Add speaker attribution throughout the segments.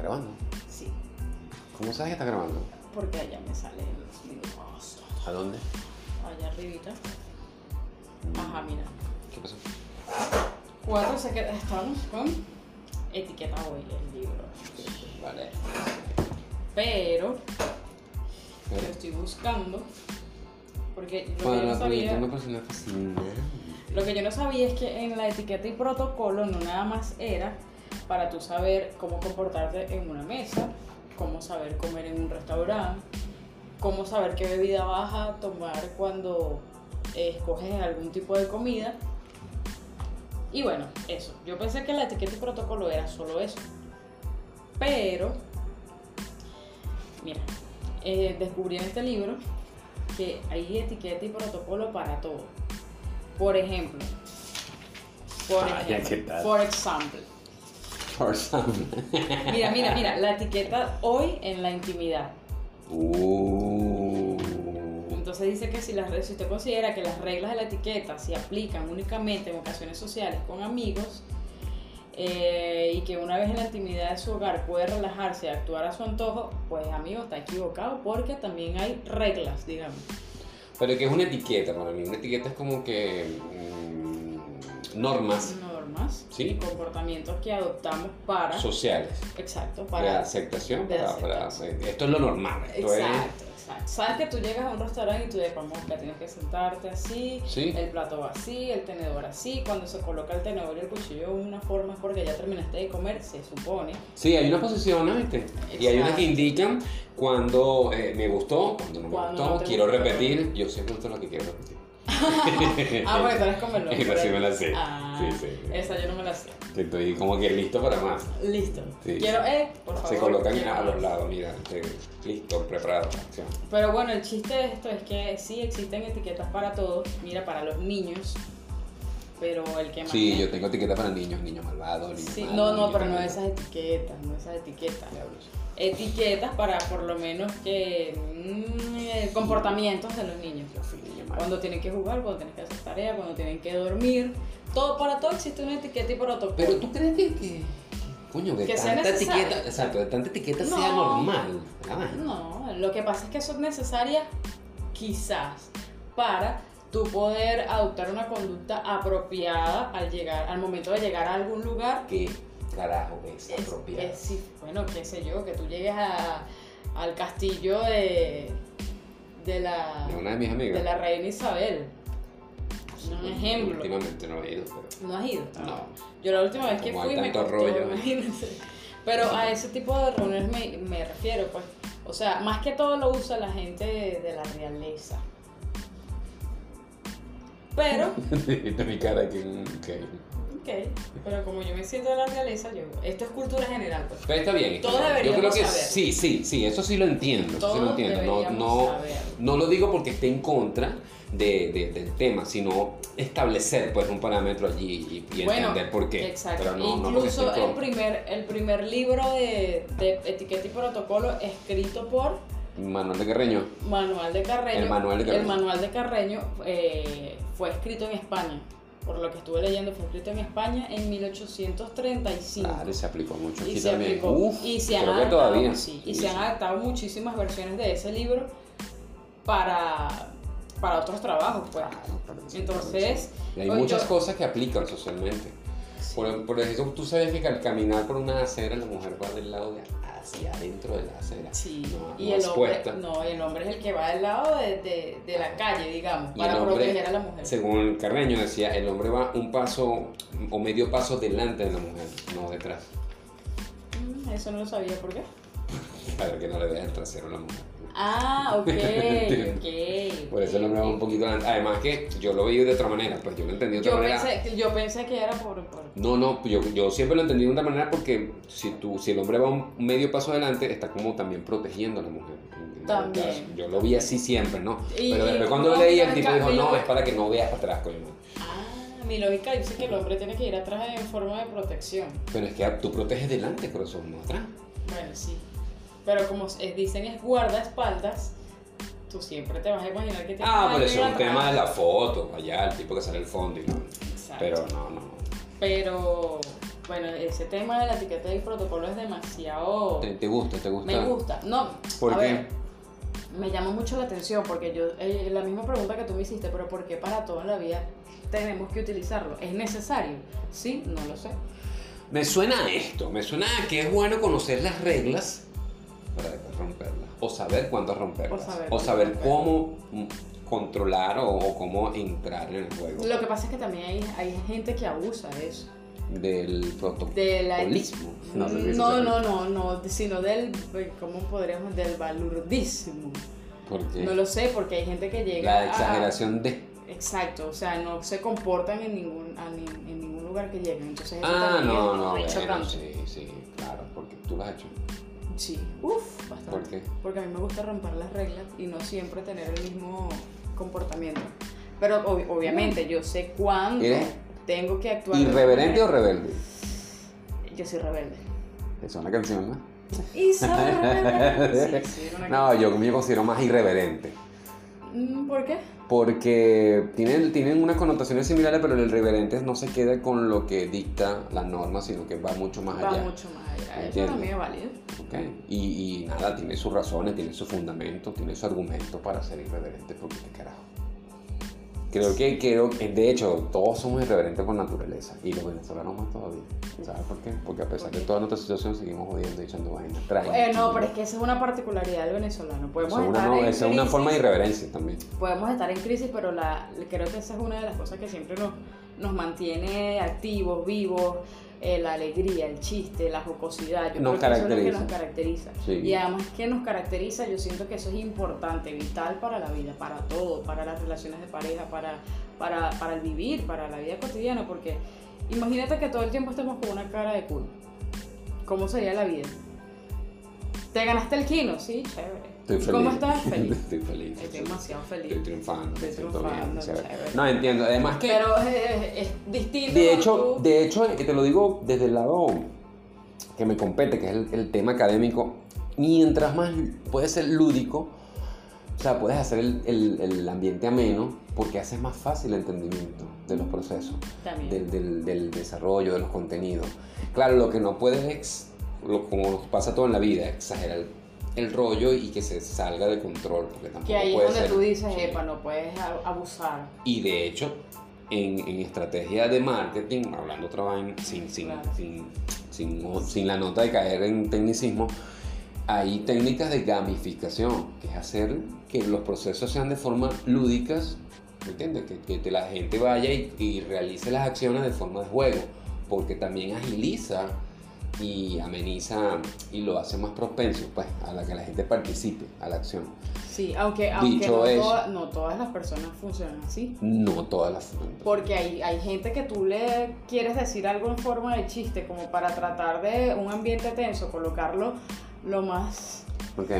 Speaker 1: grabando?
Speaker 2: Sí,
Speaker 1: ¿Cómo sabes que está grabando?
Speaker 2: porque allá me sale los minutos.
Speaker 1: ¿A dónde?
Speaker 2: Allá arribita. Ajá, mira.
Speaker 1: ¿Qué pasó?
Speaker 2: Cuatro secretos. Estamos con etiqueta hoy el libro. Vale. Pero
Speaker 1: Pero-
Speaker 2: lo estoy buscando. Porque lo que
Speaker 1: Para
Speaker 2: yo no
Speaker 1: Pues, la
Speaker 2: sabía.
Speaker 1: proyección me parece una fascinante.
Speaker 2: Lo que yo no sabía es que en la etiqueta y protocolo no nada más era para tú saber cómo comportarte en una mesa, cómo saber comer en un restaurante, cómo saber qué bebida vas a tomar cuando eh, escoges algún tipo de comida. Y bueno, eso. Yo pensé que la etiqueta y protocolo era solo eso. Pero, mira, eh, descubrí en este libro que hay etiqueta y protocolo para todo. Por ejemplo, por
Speaker 1: Ah, ya, ¿qué
Speaker 2: ejemplo,
Speaker 1: tal?
Speaker 2: por example.
Speaker 1: Por some.
Speaker 2: Mira, mira, mira, la etiqueta hoy en la intimidad.
Speaker 1: Uh.
Speaker 2: Entonces dice que si, las, re- si usted considera que las reglas de la etiqueta se aplican únicamente en ocasiones sociales con amigos eh, y que una vez en la intimidad de su hogar puede relajarse y actuar a su antojo, pues amigo está equivocado porque también hay reglas, digamos.
Speaker 1: Pero que es una etiqueta para mí. Una etiqueta es como que. mm, normas
Speaker 2: Normas
Speaker 1: Sí.
Speaker 2: y comportamientos que adoptamos para...
Speaker 1: sociales.
Speaker 2: exacto,
Speaker 1: de
Speaker 2: para...
Speaker 1: aceptación.
Speaker 2: de
Speaker 1: para- para- esto es lo normal. Esto
Speaker 2: Exacto, exacto. Sabes que tú llegas a un restaurante y tú de que tienes que sentarte así,
Speaker 1: es. Sí.
Speaker 2: el plato va así, el tenedor así, cuando se coloca el tenedor y el cuchillo de una forma es porque ya terminaste de comer, se supone.
Speaker 1: Sí, hay unas posiciones este, y hay unas que indican cuando eh, me gustó, cuando no me
Speaker 2: Cuando
Speaker 1: gustó,
Speaker 2: no te
Speaker 1: quiero
Speaker 2: gustó.
Speaker 1: repetir. Yo siempre gusto lo que quiero repetir.
Speaker 2: Ah, bueno, tú eres con melón.
Speaker 1: Esa sí me la sé.
Speaker 2: Ah,
Speaker 1: Sí, sí.
Speaker 2: Esa yo no me la sé.
Speaker 1: Que Estoy como que listo para más.
Speaker 2: Listo.
Speaker 1: Sí.
Speaker 2: Quiero, eh, por favor.
Speaker 1: Se colocan
Speaker 2: quiero
Speaker 1: a
Speaker 2: más.
Speaker 1: los lados, mira, este, listo, preparado, acción.
Speaker 2: Pero bueno, el chiste de esto es que sí existen etiquetas para todos, mira, para los niños, pero el que más...
Speaker 1: Sí, yo tengo etiqueta para niños, niños malvados, niños Ah,
Speaker 2: Sí,
Speaker 1: malos,
Speaker 2: no, no,
Speaker 1: niños
Speaker 2: pero no
Speaker 1: malos.
Speaker 2: esas etiquetas, no esas etiquetas.
Speaker 1: Diablos.
Speaker 2: Etiquetas para por lo menos que... mm, comportamientos de los niños.
Speaker 1: Yo fui niño malo.
Speaker 2: cuando tienen que jugar, cuando tienen que hacer tarea, cuando tienen que dormir. Todo para todo existe una etiqueta y protocolo.
Speaker 1: Pero tú crees que, que- coño, de
Speaker 2: Que sea
Speaker 1: tanta
Speaker 2: necesario.
Speaker 1: etiqueta, exacto, de tanta etiqueta
Speaker 2: No.
Speaker 1: sea normal. la vaina.
Speaker 2: No, lo que pasa es que son necesarias quizás para tú poder adoptar una conducta apropiada al llegar, al momento de llegar a algún lugar.
Speaker 1: ¿Qué carajo es
Speaker 2: Es-
Speaker 1: apropiado?
Speaker 2: es- sí, bueno, qué sé yo, que tú llegues a- al castillo de, de la
Speaker 1: De una de mis amigas.
Speaker 2: de la reina Isabel. Un ejemplo. Ah.
Speaker 1: Últimamente no he ido, pero.
Speaker 2: No has ido.
Speaker 1: No.
Speaker 2: Yo la última vez que
Speaker 1: Como
Speaker 2: fui
Speaker 1: hay
Speaker 2: me
Speaker 1: tanto
Speaker 2: costó,
Speaker 1: rollo.
Speaker 2: imagínense. Pero a ese tipo de reuniones me, me refiero, pues. O sea, más que todo lo usa la gente de, de la realeza. Pero,
Speaker 1: De mi cara que. ok.
Speaker 2: ok, pero como yo me siento de la realeza, yo, esto es cultura general, pues.
Speaker 1: Pero está bien. está
Speaker 2: Todos
Speaker 1: bien. Yo creo
Speaker 2: deberíamos
Speaker 1: que
Speaker 2: saber.
Speaker 1: sí, sí, sí, eso sí lo entiendo. eso sí
Speaker 2: Todos
Speaker 1: lo entiendo. No,
Speaker 2: deberíamos
Speaker 1: no,
Speaker 2: saber.
Speaker 1: no lo digo porque esté en contra de, de- del tema, sino establecer pues un parámetro allí y, y
Speaker 2: Bueno,
Speaker 1: entender por qué.
Speaker 2: Exacto.
Speaker 1: Pero no, no porque
Speaker 2: Incluso
Speaker 1: esté en
Speaker 2: el,
Speaker 1: contra.
Speaker 2: primer, el primer libro de, de etiqueta y protocolo escrito por
Speaker 1: Manuel de Carreño.
Speaker 2: Manual de Carreño.
Speaker 1: El Manual de Carreño.
Speaker 2: el Manual de Carreño, eh, fue escrito en España. Por lo que estuve leyendo, fue escrito en España en 1835.
Speaker 1: Claro, se aplicó mucho
Speaker 2: y
Speaker 1: aquí
Speaker 2: se
Speaker 1: también.
Speaker 2: aplicó.
Speaker 1: Uf,
Speaker 2: y se han
Speaker 1: creo que
Speaker 2: adaptado,
Speaker 1: todavía.
Speaker 2: sí, y se han adaptado muchísimas versiones de ese libro para, para otros trabajos, pues.
Speaker 1: Claro, claro que sí, claro que sí.
Speaker 2: Entonces,
Speaker 1: Y hay
Speaker 2: pues,
Speaker 1: muchas
Speaker 2: yo-
Speaker 1: cosas que aplican socialmente. Por, por ejemplo, tú sabes que al caminar por una acera la mujer va del lado de hacia adentro de la acera.
Speaker 2: Sí,
Speaker 1: No,
Speaker 2: y
Speaker 1: no
Speaker 2: el hombre,
Speaker 1: expuesta.
Speaker 2: no, y el hombre es el que va del lado de, de- de la calle, digamos,
Speaker 1: Y el
Speaker 2: para
Speaker 1: hombre,
Speaker 2: proteger a la mujer.
Speaker 1: Según Carreño decía, el hombre va un paso o medio paso delante de la mujer, no detrás.
Speaker 2: Mm, Eso no lo sabía, ¿por qué?
Speaker 1: Para que no le vea el trasero a la mujer.
Speaker 2: Ah, ok,
Speaker 1: Entiendo.
Speaker 2: ok.
Speaker 1: Por eso el hombre va un poquito delante. Además que yo lo veía de otra manera, pues yo lo entendí de otra
Speaker 2: Yo
Speaker 1: manera.
Speaker 2: pensé, que- yo pensé que era por... por-
Speaker 1: No, no, yo, yo siempre lo entendí de una manera porque si, tú, si el hombre va un medio paso adelante, está como también protegiendo a la mujer.
Speaker 2: También.
Speaker 1: Yo lo vi así siempre, ¿no?
Speaker 2: Y-
Speaker 1: Pero
Speaker 2: y-
Speaker 1: después cuando
Speaker 2: no,
Speaker 1: lo leí, el
Speaker 2: acá,
Speaker 1: tipo dijo,
Speaker 2: mira.
Speaker 1: no, es para que no veas para atrás, coño.
Speaker 2: Ah, mi lógica dice que el hombre tiene que ir atrás en forma de protección.
Speaker 1: Pero es que tú proteges delante, corazón, no atrás.
Speaker 2: Bueno, sí. Pero como es- dicen es guardaespaldas, tú siempre te vas a imaginar que tienes
Speaker 1: Ah, pero
Speaker 2: alguien
Speaker 1: eso es un
Speaker 2: atrás.
Speaker 1: tema de la foto, allá, el tipo que sale al fondo y no.
Speaker 2: Exacto.
Speaker 1: Pero no, no.
Speaker 2: Pero Bueno, ese tema de la etiqueta y protocolo es demasiado...
Speaker 1: ¿Te, te gusta? ¿Te gusta?
Speaker 2: Me gusta. No,
Speaker 1: ¿Por
Speaker 2: a
Speaker 1: qué?
Speaker 2: ver, me llamó mucho la atención porque yo, eh, la misma pregunta que tú me hiciste, pero ¿por qué para toda la vida tenemos que utilizarlo? ¿Es necesario? Sí, no lo sé.
Speaker 1: Me suena a esto, me suena a que es bueno conocer las reglas para después romperlas. O saber cuándo romperlas.
Speaker 2: O saber
Speaker 1: o
Speaker 2: cuándo
Speaker 1: saber
Speaker 2: romperlas.
Speaker 1: cómo mm, controlar o, o cómo entrar en el juego
Speaker 2: Lo que pasa es que también hay, hay gente que abusa de eso.
Speaker 1: del
Speaker 2: De la
Speaker 1: protocolismo.
Speaker 2: No,
Speaker 1: sé si eso
Speaker 2: no,
Speaker 1: se
Speaker 2: no,
Speaker 1: llama.
Speaker 2: no, sino del, eh, ¿cómo podríamos? Del balurdísimo.
Speaker 1: ¿Por qué?
Speaker 2: No lo sé, porque hay gente que llega
Speaker 1: la
Speaker 2: a-
Speaker 1: exageración de...
Speaker 2: Exacto, o sea, no se comportan en ningún, a ni- en ningún lugar que llegan. Entonces, eso
Speaker 1: Ah,
Speaker 2: también
Speaker 1: no,
Speaker 2: es
Speaker 1: no,
Speaker 2: re
Speaker 1: bueno,
Speaker 2: chocante.
Speaker 1: sí, sí, claro, porque tú lo has hecho.
Speaker 2: Sí, uff, bastante.
Speaker 1: ¿Por qué?
Speaker 2: Porque a mí me gusta romper las reglas y no siempre tener el mismo comportamiento. Pero ob- obviamente yo sé cuándo
Speaker 1: Mm. ¿Eres
Speaker 2: tengo que actuar. de una
Speaker 1: ¿Irreverente o
Speaker 2: manera.
Speaker 1: rebelde?
Speaker 2: Yo soy rebelde.
Speaker 1: Es una canción, ¿no?
Speaker 2: Y soy rebelde. Sí, sí, era una
Speaker 1: No, yo me considero más irreverente.
Speaker 2: Mm, ¿Por qué?
Speaker 1: Porque tienen, tienen unas connotaciones similares, pero el irreverente no se queda con lo que dicta la norma, sino que va mucho más
Speaker 2: Va
Speaker 1: allá.
Speaker 2: mucho más allá. Eso
Speaker 1: Ah, Entiendo.
Speaker 2: también es válido.
Speaker 1: ¿ok? Y, y nada, tiene sus razones, tiene su fundamento, tiene su argumento para ser irreverente, porque qué carajo. Creo que, creo, que- de hecho, todos somos irreverentes por naturaleza, y los venezolanos más todavía. ¿Sabes por qué? Porque a pesar de toda nuestra situación, seguimos jodiendo y echando vainas.
Speaker 2: Eh, no,
Speaker 1: tranquilo.
Speaker 2: pero es que esa es una particularidad del venezolano. Podemos
Speaker 1: Eso es una,
Speaker 2: estar
Speaker 1: no,
Speaker 2: en
Speaker 1: esa es una
Speaker 2: crisis,
Speaker 1: forma de irreverencia también.
Speaker 2: podemos estar en crisis, pero la, creo que esa es una de las cosas que siempre nos, nos mantiene activos, vivos, eh, la alegría, el chiste, la jocosidad. Yo
Speaker 1: Nos
Speaker 2: creo que eso es lo que
Speaker 1: caracteriza.
Speaker 2: nos caracteriza.
Speaker 1: Sí.
Speaker 2: Y además que nos caracteriza, yo siento que eso es importante, vital para la vida, para todo, para las relaciones de pareja, para, para, para el vivir, para la vida cotidiana, porque imagínate que todo el tiempo estemos con una cara de culo. ¿Cómo sería la vida? ¿Te ganaste el kino? Sí, chévere.
Speaker 1: Estoy feliz.
Speaker 2: ¿Cómo estás? Feliz.
Speaker 1: Estoy feliz.
Speaker 2: Estoy demasiado feliz.
Speaker 1: Estoy triunfando.
Speaker 2: Estoy
Speaker 1: me siento
Speaker 2: triunfando,
Speaker 1: bien, chévere.
Speaker 2: chévere.
Speaker 1: No entiendo. Además que,
Speaker 2: Pero eh, es, distinto.
Speaker 1: de
Speaker 2: cuando
Speaker 1: hecho,
Speaker 2: tú-
Speaker 1: de hecho, eh, te lo digo desde el lado que me compete, que es el, el tema académico. Mientras más puedes ser lúdico, o sea, puedes hacer el, el- el ambiente ameno, porque haces más fácil el entendimiento de los procesos,
Speaker 2: También.
Speaker 1: del, del- del desarrollo, de los contenidos. Claro, lo que no puedes es, lo- como nos pasa todo en la vida, exagerar el rollo y que se salga de control, porque tampoco
Speaker 2: que ahí es
Speaker 1: puede
Speaker 2: donde
Speaker 1: ser-
Speaker 2: tú dices,
Speaker 1: sí.
Speaker 2: epa, no puedes a- abusar.
Speaker 1: Y de hecho, en, en estrategia de marketing, hablando otra vaina, sin, sin,
Speaker 2: Claro.
Speaker 1: sin, sin- sin la nota de caer en tecnicismo, hay técnicas de gamificación, que es hacer que los procesos sean de forma lúdicas, ¿me ¿entiendes? Que, que te- la gente vaya y, y realice las acciones de forma de juego, porque también agiliza y ameniza y lo hace más propenso pues, a la que la gente participe a la acción.
Speaker 2: Sí, aunque, aunque
Speaker 1: Dicho
Speaker 2: no,
Speaker 1: eso.
Speaker 2: toda- no todas las personas funcionan así.
Speaker 1: No todas las...
Speaker 2: Porque hay, hay gente que tú le quieres decir algo en forma de chiste, como para tratar de un ambiente tenso, colocarlo lo más
Speaker 1: Ok.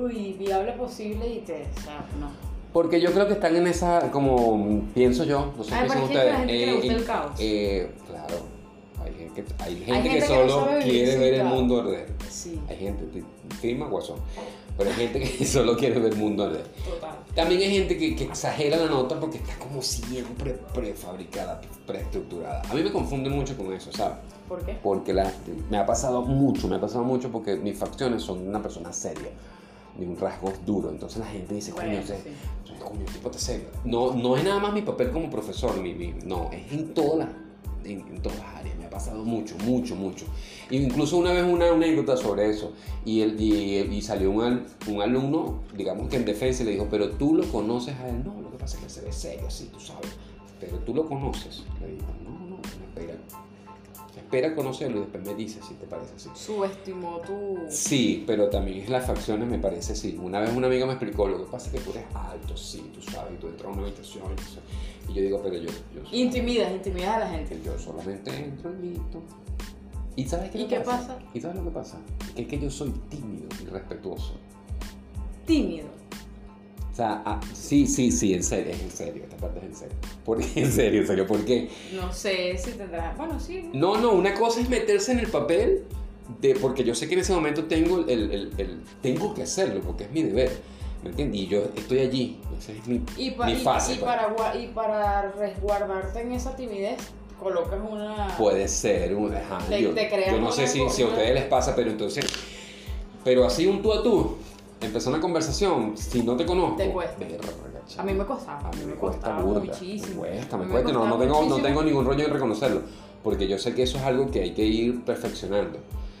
Speaker 2: uy, viable posible y te... O sea, no.
Speaker 1: Porque yo creo que están en esa, como pienso yo, no sé
Speaker 2: Ah,
Speaker 1: qué
Speaker 2: pero
Speaker 1: son
Speaker 2: es que hay
Speaker 1: ustedes.
Speaker 2: gente que le gusta el caos.
Speaker 1: eh, claro, hay gente, que- hay gente
Speaker 2: gente
Speaker 1: que
Speaker 2: que no
Speaker 1: solo
Speaker 2: sabe vivir
Speaker 1: quiere
Speaker 2: sin
Speaker 1: ver el
Speaker 2: caos.
Speaker 1: mundo arder.
Speaker 2: Sí,
Speaker 1: Hay gente, te- firma guasón, pero hay gente que solo quiere ver el mundo arder.
Speaker 2: total.
Speaker 1: También hay gente que, que exagera la nota porque está como siempre prefabricada, preestructurada. A mí me confunden mucho con eso, ¿sabes?
Speaker 2: ¿Por qué?
Speaker 1: Porque la- me ha pasado mucho, me ha pasado mucho porque mis facciones son una persona seria, de un rasgo duro. Entonces la gente dice, coño,
Speaker 2: Bueno,
Speaker 1: ese-
Speaker 2: sí.
Speaker 1: entonces, coño, tipo te serio. No, no es nada más mi papel como profesor, mi, mi- no, es en todas las, en, en todas las áreas. Me ha pasado mucho, mucho, mucho. E incluso una vez una una anécdota sobre eso. Y, el, y, y salió un, al- un alumno, digamos que en defensa, y le dijo, pero tú lo conoces a él. No, lo que pasa es que él se ve serio, sí, tú sabes. Pero tú lo conoces. Le digo, no, no, espera. Espera conocerlo y después me dices si te parece así.
Speaker 2: Subestimó tu...
Speaker 1: Sí, pero también es las facciones, me parece, sí. Una vez una amiga me explicó, lo que pasa es que tú eres alto, sí, tú sabes, y tú entras a una habitación, y, tú sabes. Y yo digo, pero yo, yo, soy-
Speaker 2: Intimidas, intimidas a la gente.
Speaker 1: yo solamente entro y listo. ¿Y sabes qué,
Speaker 2: ¿Y
Speaker 1: me
Speaker 2: qué pasa?
Speaker 1: ¿Y sabes lo que pasa? Que es que yo soy tímido y respetuoso.
Speaker 2: Tímido.
Speaker 1: O sea, ah, sí, sí, sí, en serio, es en serio, esta parte es en serio. Porque, en serio, en serio, porque...
Speaker 2: No sé si tendrá... Bueno, sí.
Speaker 1: No, no, una cosa es meterse en el papel de, porque yo sé que en ese momento tengo el, el- el- tengo que hacerlo, porque es mi deber. ¿Me entiendes? Y yo estoy allí. Esa es mi,
Speaker 2: Y, pa-
Speaker 1: mi
Speaker 2: y-
Speaker 1: fase.
Speaker 2: y
Speaker 1: pues.
Speaker 2: para, gua- y para resguardarte en esa timidez, colocas una...
Speaker 1: Puede ser, un, ajá,
Speaker 2: Te-
Speaker 1: yo,
Speaker 2: te creas
Speaker 1: yo no sé
Speaker 2: una
Speaker 1: si, si a
Speaker 2: cosa.
Speaker 1: ustedes les pasa, pero entonces, pero así un tú a tú, empezar una conversación, si no te conozco.
Speaker 2: Te cuesta.
Speaker 1: verga,
Speaker 2: A mí
Speaker 1: chamo.
Speaker 2: me costaba,
Speaker 1: A mí me
Speaker 2: costaba
Speaker 1: cuesta burda,
Speaker 2: muchísimo.
Speaker 1: Me cuesta, me
Speaker 2: A mí
Speaker 1: cuesta. No, no
Speaker 2: costaba
Speaker 1: tengo, no
Speaker 2: muchísimo.
Speaker 1: tengo ningún rollo en reconocerlo. Porque yo sé que eso es algo que hay que ir perfeccionando.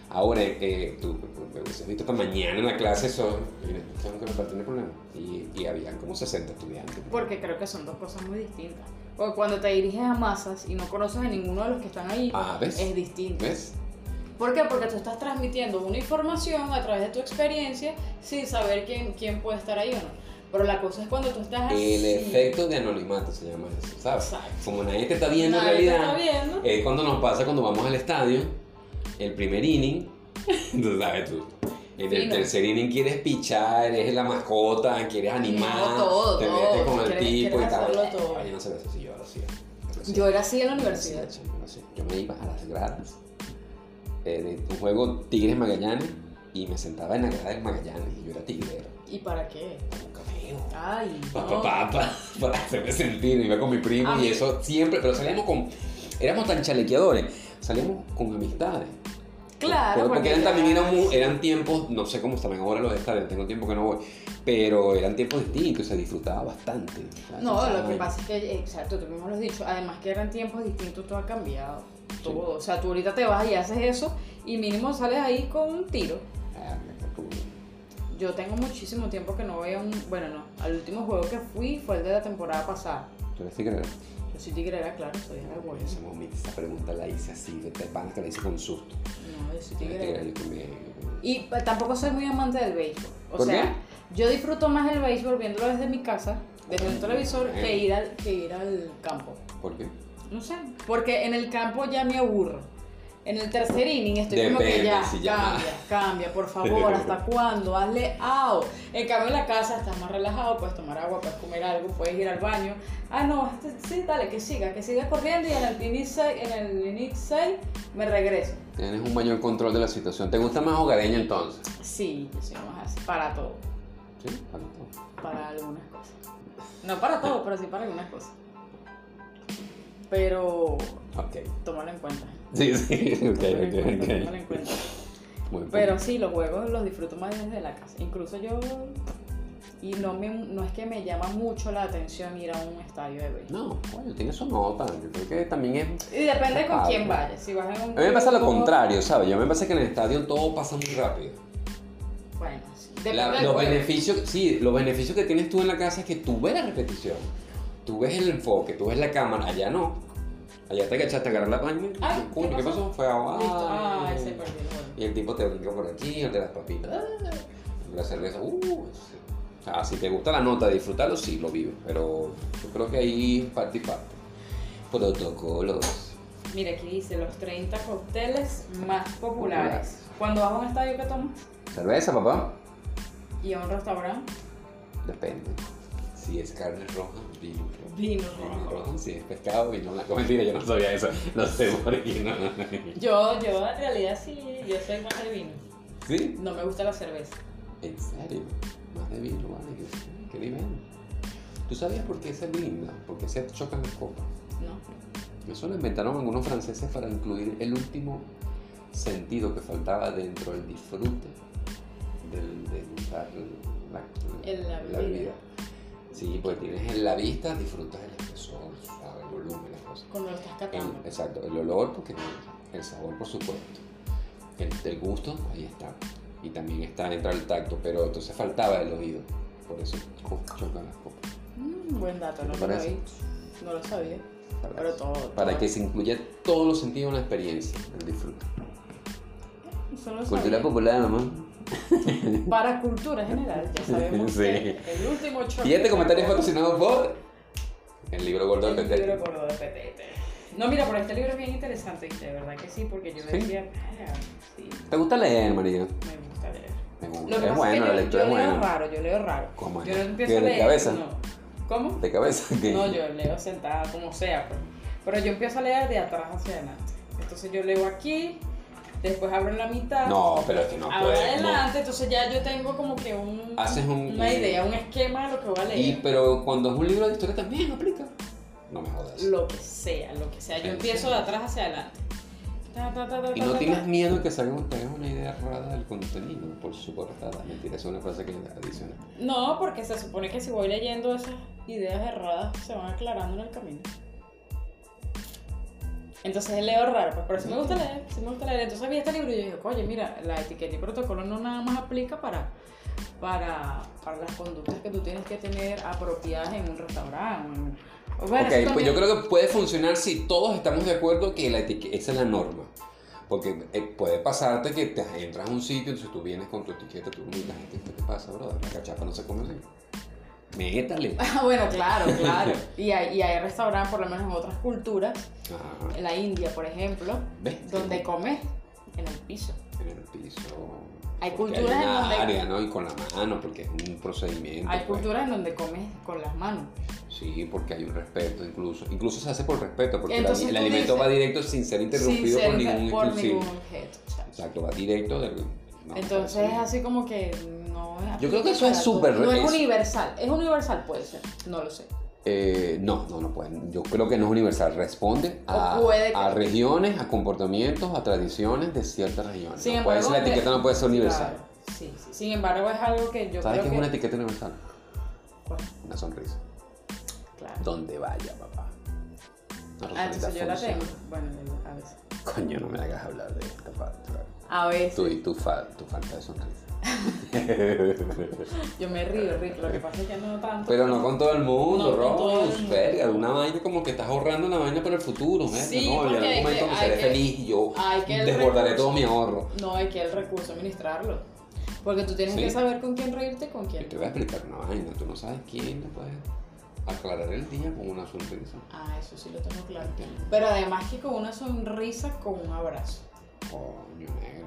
Speaker 1: Ahora, eh, tú me hubieses visto esta mañana en la clase, eso. Mira, tengo que no tiene problema. Y, y habían como 60 estudiantes.
Speaker 2: Porque creo que son dos cosas muy distintas. Porque cuando te diriges a masas y no conoces a ninguno de los que están ahí,
Speaker 1: Ah, ¿ves?
Speaker 2: es distinto.
Speaker 1: ¿Ves?
Speaker 2: ¿Por qué? Porque tú estás transmitiendo una información a través de tu experiencia sin saber quién, quién puede estar ahí o no. Pero la cosa es cuando tú estás así.
Speaker 1: El efecto de anonimato se llama eso, ¿sabes?
Speaker 2: Ah, Exacto.
Speaker 1: Como nadie te está viendo en
Speaker 2: Nadie te
Speaker 1: realidad. Eh,
Speaker 2: está viendo.
Speaker 1: Es cuando nos pasa cuando vamos al estadio, el primer inning, tú sabes tú. En el
Speaker 2: Fino.
Speaker 1: tercer inning quieres pichar, eres la mascota, quieres animar,
Speaker 2: No, todo,
Speaker 1: te
Speaker 2: todo.
Speaker 1: metes con el
Speaker 2: Quieres-
Speaker 1: tipo y
Speaker 2: quieres
Speaker 1: tal.
Speaker 2: hacerlo todo.
Speaker 1: Ay, yo no sabía eso, sí, yo lo hacía. Yo lo hacía.
Speaker 2: Yo era así en la
Speaker 1: Yo lo hacía,
Speaker 2: universidad.
Speaker 1: chamo, yo lo hacía. Yo me iba a las gradas eh, de un juego Tigres Magallanes y me sentaba en la grada del Magallanes y yo era tigrero,
Speaker 2: ¿Y para qué?
Speaker 1: como un cameo.
Speaker 2: Ay.
Speaker 1: Pa,
Speaker 2: no.
Speaker 1: pa, pa, Pues pa, para hacerme sentir, iba con mi primo
Speaker 2: Oh. Ah.
Speaker 1: y eso siempre, pero salíamos con, éramos tan chalequeadores, salíamos con amistades.
Speaker 2: Claro.
Speaker 1: Pero porque eran
Speaker 2: ya-
Speaker 1: también eh, eran, mu- eran tiempos, no sé cómo están ahora los estadios, tengo tiempo que no voy, pero eran tiempos distintos, se disfrutaba bastante.
Speaker 2: No, lo que
Speaker 1: Ay,
Speaker 2: pasa es que, eh, exacto, tú mismo lo has dicho, además que eran tiempos distintos, todo ha cambiado, todo. O sea, tú ahorita te vas y haces eso y mínimo sales ahí con un tiro.
Speaker 1: ah, me acuerdo.
Speaker 2: Yo tengo muchísimo tiempo que no veo un, bueno, no, al último juego que fui fue el de la temporada pasada.
Speaker 1: ¿Tú eres tigrero?
Speaker 2: Yo soy tigrera, claro, soy de la
Speaker 1: Bueno,
Speaker 2: bolsa.
Speaker 1: esa, momento, esa pregunta la hice así, de te van que la hice con susto.
Speaker 2: No, yo soy
Speaker 1: ¿Tú eres tigrero?
Speaker 2: tigrera.
Speaker 1: Yo también, yo también.
Speaker 2: Y pues, tampoco soy muy amante del béisbol. O
Speaker 1: ¿Por
Speaker 2: sea, yo disfruto más el béisbol viéndolo desde mi casa, desde un televisor,
Speaker 1: bueno.
Speaker 2: que ir al, que ir al campo.
Speaker 1: ¿Por qué?
Speaker 2: No sé, porque en el campo ya me aburro. En el tercer inning estoy como que
Speaker 1: Depende,
Speaker 2: ya,
Speaker 1: si ya-
Speaker 2: cambia, cambia, por favor, ¿hasta cuándo? Hazle out. En cambio en la casa estás más relajado, puedes tomar agua, puedes comer algo, puedes ir al baño. Ah, no, este- sí, dale, que siga, que siga corriendo y en el inning 6, en el inning seis me regreso.
Speaker 1: Tienes un mayor control de la situación. ¿Te gusta más hogareño entonces?
Speaker 2: Sí, yo soy más así, para todo,
Speaker 1: Sí, para todo.
Speaker 2: para algunas cosas. No para todo, pero sí para algunas cosas. Pero
Speaker 1: Ok.
Speaker 2: tómalo en cuenta.
Speaker 1: Sí, sí, ok,
Speaker 2: Tómalo en
Speaker 1: ok,
Speaker 2: cuenta,
Speaker 1: ok.
Speaker 2: tómalo en cuenta.
Speaker 1: Buen
Speaker 2: Pero
Speaker 1: punto.
Speaker 2: sí, los juegos los disfruto más desde la casa. Incluso yo. Y no, me, no es que me llama mucho la atención ir a un estadio de béisbol.
Speaker 1: No, bueno, tiene su nota. Yo creo que también es.
Speaker 2: Y depende con
Speaker 1: Ah,
Speaker 2: quién
Speaker 1: ok.
Speaker 2: vayas. Si vas en un.
Speaker 1: A mí me pasa lo
Speaker 2: grupo-
Speaker 1: contrario, ¿sabes? Yo me pasa que en el estadio todo pasa muy rápido.
Speaker 2: Bueno, sí.
Speaker 1: La-
Speaker 2: Depende del
Speaker 1: los
Speaker 2: juego.
Speaker 1: beneficios, sí, los beneficios que tienes tú en la casa es que tú ves la repetición, tú ves el enfoque, tú ves la cámara. Allá no. Allá te cachaste, agarrar la paña.
Speaker 2: Ay,
Speaker 1: ¿Cómo?
Speaker 2: Ah, ¿qué
Speaker 1: ¿Qué
Speaker 2: pasó?
Speaker 1: pasó? Fue ah,
Speaker 2: Listo. Ah,
Speaker 1: abajo.
Speaker 2: Ay, se perdió el juego.
Speaker 1: Y el tipo te brinca por aquí, el de las papitas. ah, La cerveza, uh. sí. O sea, si te gusta la nota, disfrutarlo, sí, lo vives. Pero yo creo que ahí parte y parte. Protocolos.
Speaker 2: Mira, aquí dice los 30 cócteles más populares.
Speaker 1: Populares.
Speaker 2: Cuando vas a un estadio, ¿qué tomas?
Speaker 1: ¿Cerveza, papá?
Speaker 2: Y a un restaurante,
Speaker 1: Depende. Si es carne roja, vino rojo.
Speaker 2: vino.
Speaker 1: Vino rojo, si es pescado, vino blanco. Mentira, yo no sabía eso. No sé por qué no.
Speaker 2: Yo, yo en realidad sí, yo soy más de vino.
Speaker 1: ¿Sí?
Speaker 2: No me gusta la cerveza.
Speaker 1: En serio. Más de vino, vale. que- Qué nivel. ¿Tú sabías por qué se brinda? ¿Por qué se chocan las copas?
Speaker 2: No.
Speaker 1: Eso lo inventaron algunos franceses para incluir el último sentido que faltaba dentro del disfrute del, de gustar la,
Speaker 2: El- la bebida.
Speaker 1: Sí, pues tienes en la vista, disfrutas el espesor, ¿sabes? el volumen, las cosas.
Speaker 2: Cuando lo estás
Speaker 1: El-
Speaker 2: catando.
Speaker 1: exacto, el olor, porque el sabor, por supuesto. El, el gusto, ahí está. Y también está, entra el tacto, pero entonces faltaba el oído. Por eso co- chocan las copas.
Speaker 2: Mm, buen dato,
Speaker 1: ¿Te
Speaker 2: no lo
Speaker 1: parece?
Speaker 2: sabía. No lo sabía.
Speaker 1: ¿sabes?
Speaker 2: Pero todo.
Speaker 1: Para
Speaker 2: todo.
Speaker 1: que se incluya todos los sentidos en la experiencia, el disfrute.
Speaker 2: Solo
Speaker 1: Cultura
Speaker 2: sabía.
Speaker 1: popular, mamá.
Speaker 2: Para cultura general, ya sabemos.
Speaker 1: Sí.
Speaker 2: que el último show.
Speaker 1: Y este comentario es patrocinado por el libro gordo del
Speaker 2: El libro
Speaker 1: Petete.
Speaker 2: gordo de Petete. No, mira, pero este libro es bien interesante, ¿viste? de verdad que sí, porque yo
Speaker 1: Sí.
Speaker 2: decía, "Ah, sí,
Speaker 1: ¿Te gusta leer, María?
Speaker 2: me gusta leer.
Speaker 1: Me
Speaker 2: Lo
Speaker 1: gusta.
Speaker 2: que pasa
Speaker 1: Es
Speaker 2: es
Speaker 1: bueno,
Speaker 2: que
Speaker 1: la
Speaker 2: yo,
Speaker 1: lectura es
Speaker 2: yo leo
Speaker 1: buena.
Speaker 2: raro, yo leo raro.
Speaker 1: ¿Cómo es?
Speaker 2: Yo no
Speaker 1: ¿Que
Speaker 2: empiezo a
Speaker 1: de
Speaker 2: leer.
Speaker 1: cabeza?
Speaker 2: no. ¿Cómo?
Speaker 1: De cabeza. ¿qué?
Speaker 2: No, yo leo sentada como sea, pues. Pero yo empiezo a leer de atrás hacia adelante. Entonces yo leo aquí, después abro en la mitad.
Speaker 1: No, pero es que no
Speaker 2: Ahora
Speaker 1: puedes. no.
Speaker 2: adelante, entonces ya yo tengo como que un,
Speaker 1: Haces un-
Speaker 2: una idea, un esquema de lo que voy a leer.
Speaker 1: Y pero cuando es un libro de historia también aplica. No me jodas.
Speaker 2: lo que sea, lo que sea. Yo
Speaker 1: En
Speaker 2: empiezo
Speaker 1: serio.
Speaker 2: de atrás hacia adelante. Ta, ta, ta, ta,
Speaker 1: Y
Speaker 2: ta,
Speaker 1: no
Speaker 2: ta,
Speaker 1: tienes
Speaker 2: ta.
Speaker 1: miedo que salga un- tengas una idea rara del contenido por su portada. Mentira, es una frase que le adicional.
Speaker 2: No, porque se supone que si voy leyendo esas ideas erradas se van aclarando en el camino. Entonces leo raro, pues, pero sí me gusta leer, sí me gusta leer. Entonces vi este libro y yo dije, oye, mira, la etiqueta y protocolo no nada más aplica para, para, para las conductas que tú tienes que tener apropiadas en un restaurante. o en- o bueno,
Speaker 1: Ok,
Speaker 2: eso
Speaker 1: pues
Speaker 2: también-
Speaker 1: yo creo que puede funcionar si todos estamos de acuerdo que la etiqueta, esa es la norma. Porque eh, puede pasarte que te entras a un sitio, entonces tú vienes con tu etiqueta, tú miras, ¿qué te pasa, brother? La cachapa no se come así. Métale.
Speaker 2: Ah, bueno, claro, claro. Y hay, y hay restaurantes, por lo menos en otras culturas,
Speaker 1: Ajá.
Speaker 2: en la India, por ejemplo,
Speaker 1: ¿Ves?
Speaker 2: donde comes en el piso.
Speaker 1: En el piso.
Speaker 2: Hay
Speaker 1: Porque
Speaker 2: culturas
Speaker 1: hay
Speaker 2: en
Speaker 1: una
Speaker 2: donde-
Speaker 1: área, ¿no? Y con la mano, porque es un procedimiento.
Speaker 2: Hay
Speaker 1: pues.
Speaker 2: culturas en donde comes con las manos.
Speaker 1: Sí, porque hay un respeto incluso. Incluso se hace por respeto, porque el-
Speaker 2: Entonces
Speaker 1: el,
Speaker 2: tú
Speaker 1: alimento
Speaker 2: dices-
Speaker 1: va directo sin ser interrumpido
Speaker 2: sin
Speaker 1: por
Speaker 2: ser
Speaker 1: ningún
Speaker 2: por
Speaker 1: exclusivo.
Speaker 2: ningún objeto. chao.
Speaker 1: Exacto, va directo del... vamos a
Speaker 2: Entonces es
Speaker 1: decir.
Speaker 2: así como que no es
Speaker 1: Yo creo que eso
Speaker 2: aplicable para todo.
Speaker 1: es súper-
Speaker 2: No es
Speaker 1: es-
Speaker 2: universal. Es universal, puede ser. No lo sé.
Speaker 1: Eh, no, no, no pueden. Yo creo que no es universal. Responde a,
Speaker 2: O puede que-
Speaker 1: a regiones, a comportamientos, a tradiciones de ciertas regiones.
Speaker 2: Sin
Speaker 1: no puede
Speaker 2: embargo,
Speaker 1: ser, la etiqueta no puede ser universal.
Speaker 2: Claro, sí, sí. Sin embargo, es algo que yo
Speaker 1: ¿Sabes
Speaker 2: creo
Speaker 1: qué es
Speaker 2: que.
Speaker 1: una etiqueta universal?
Speaker 2: Bueno,
Speaker 1: Una sonrisa.
Speaker 2: claro.
Speaker 1: Donde vaya, papá. Una
Speaker 2: Ah, entonces yo la
Speaker 1: funciona.
Speaker 2: tengo. Bueno, a veces.
Speaker 1: Coño, no me hagas hablar de esta parte.
Speaker 2: A veces.
Speaker 1: Tú y tu, fa- tu falta de sonrisa.
Speaker 2: Yo me río, Rick, lo que pasa es que no tanto.
Speaker 1: Pero no con todo el
Speaker 2: No
Speaker 1: mundo,
Speaker 2: con todo el
Speaker 1: Rose,
Speaker 2: mundo.
Speaker 1: verga, una vaina como que estás ahorrando una vaina para el futuro, verga,
Speaker 2: Sí,
Speaker 1: no, en
Speaker 2: porque hay
Speaker 1: algún momento
Speaker 2: que-
Speaker 1: me
Speaker 2: hay
Speaker 1: seré
Speaker 2: que-
Speaker 1: feliz y yo
Speaker 2: hay que el
Speaker 1: desbordaré
Speaker 2: recurso.
Speaker 1: todo mi ahorro.
Speaker 2: No hay que el recurso administrarlo. Porque tú tienes
Speaker 1: Sí.
Speaker 2: que saber con quién reírte y con
Speaker 1: Yo
Speaker 2: quién.
Speaker 1: te voy a explicar una vaina, tú no sabes quién te puede aclarar el día con una sonrisa.
Speaker 2: Ah, eso sí lo tengo claro.
Speaker 1: ¿entiendes?
Speaker 2: Pero además que con una sonrisa, con un abrazo.
Speaker 1: Coño, negra.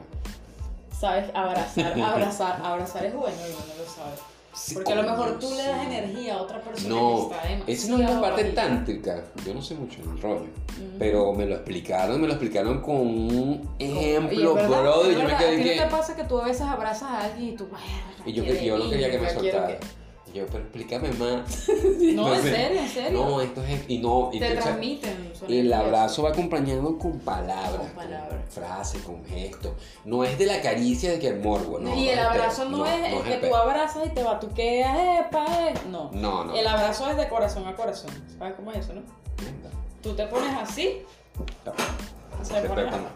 Speaker 2: ¿Sabes? Abrazar, abrazar, abrazar es bueno y uno lo sabe.
Speaker 1: Sí,
Speaker 2: Porque a lo
Speaker 1: coño,
Speaker 2: mejor tú le das
Speaker 1: sí.
Speaker 2: energía a otra persona
Speaker 1: No,
Speaker 2: que está demasiado
Speaker 1: esa no es la parte
Speaker 2: vacía.
Speaker 1: tántrica. Yo no sé mucho del rollo.
Speaker 2: Ujú.
Speaker 1: Pero me lo explicaron, me lo explicaron con un
Speaker 2: Y es
Speaker 1: ejemplo,
Speaker 2: verdad,
Speaker 1: bro.
Speaker 2: es
Speaker 1: Y yo me
Speaker 2: verdad. ¿A
Speaker 1: quedé
Speaker 2: ti
Speaker 1: que.
Speaker 2: no te pasa que tú a veces abrazas a alguien y tú...
Speaker 1: Y yo,
Speaker 2: "Verga,
Speaker 1: que- yo no quería que me
Speaker 2: quiero
Speaker 1: soltara. Y yo, pero explícame más.
Speaker 2: No, en
Speaker 1: Entonces,
Speaker 2: serio, en serio.
Speaker 1: No, esto es. Y no. Y,
Speaker 2: te
Speaker 1: o sea,
Speaker 2: transmiten. son
Speaker 1: el
Speaker 2: energías.
Speaker 1: abrazo va acompañado con palabras,
Speaker 2: Con palabras.
Speaker 1: frases, con gestos. No es de la caricia de que el morbo, no.
Speaker 2: y el
Speaker 1: es
Speaker 2: abrazo
Speaker 1: pe-
Speaker 2: no, es el que
Speaker 1: pe-
Speaker 2: tú abrazas y te batuqueas, epa, eh. No.
Speaker 1: No, no.
Speaker 2: El abrazo es de corazón a corazón. ¿Sabes cómo es eso, no?
Speaker 1: Mierda.
Speaker 2: Tú te pones así, o sea,
Speaker 1: Te
Speaker 2: pones-
Speaker 1: preparas.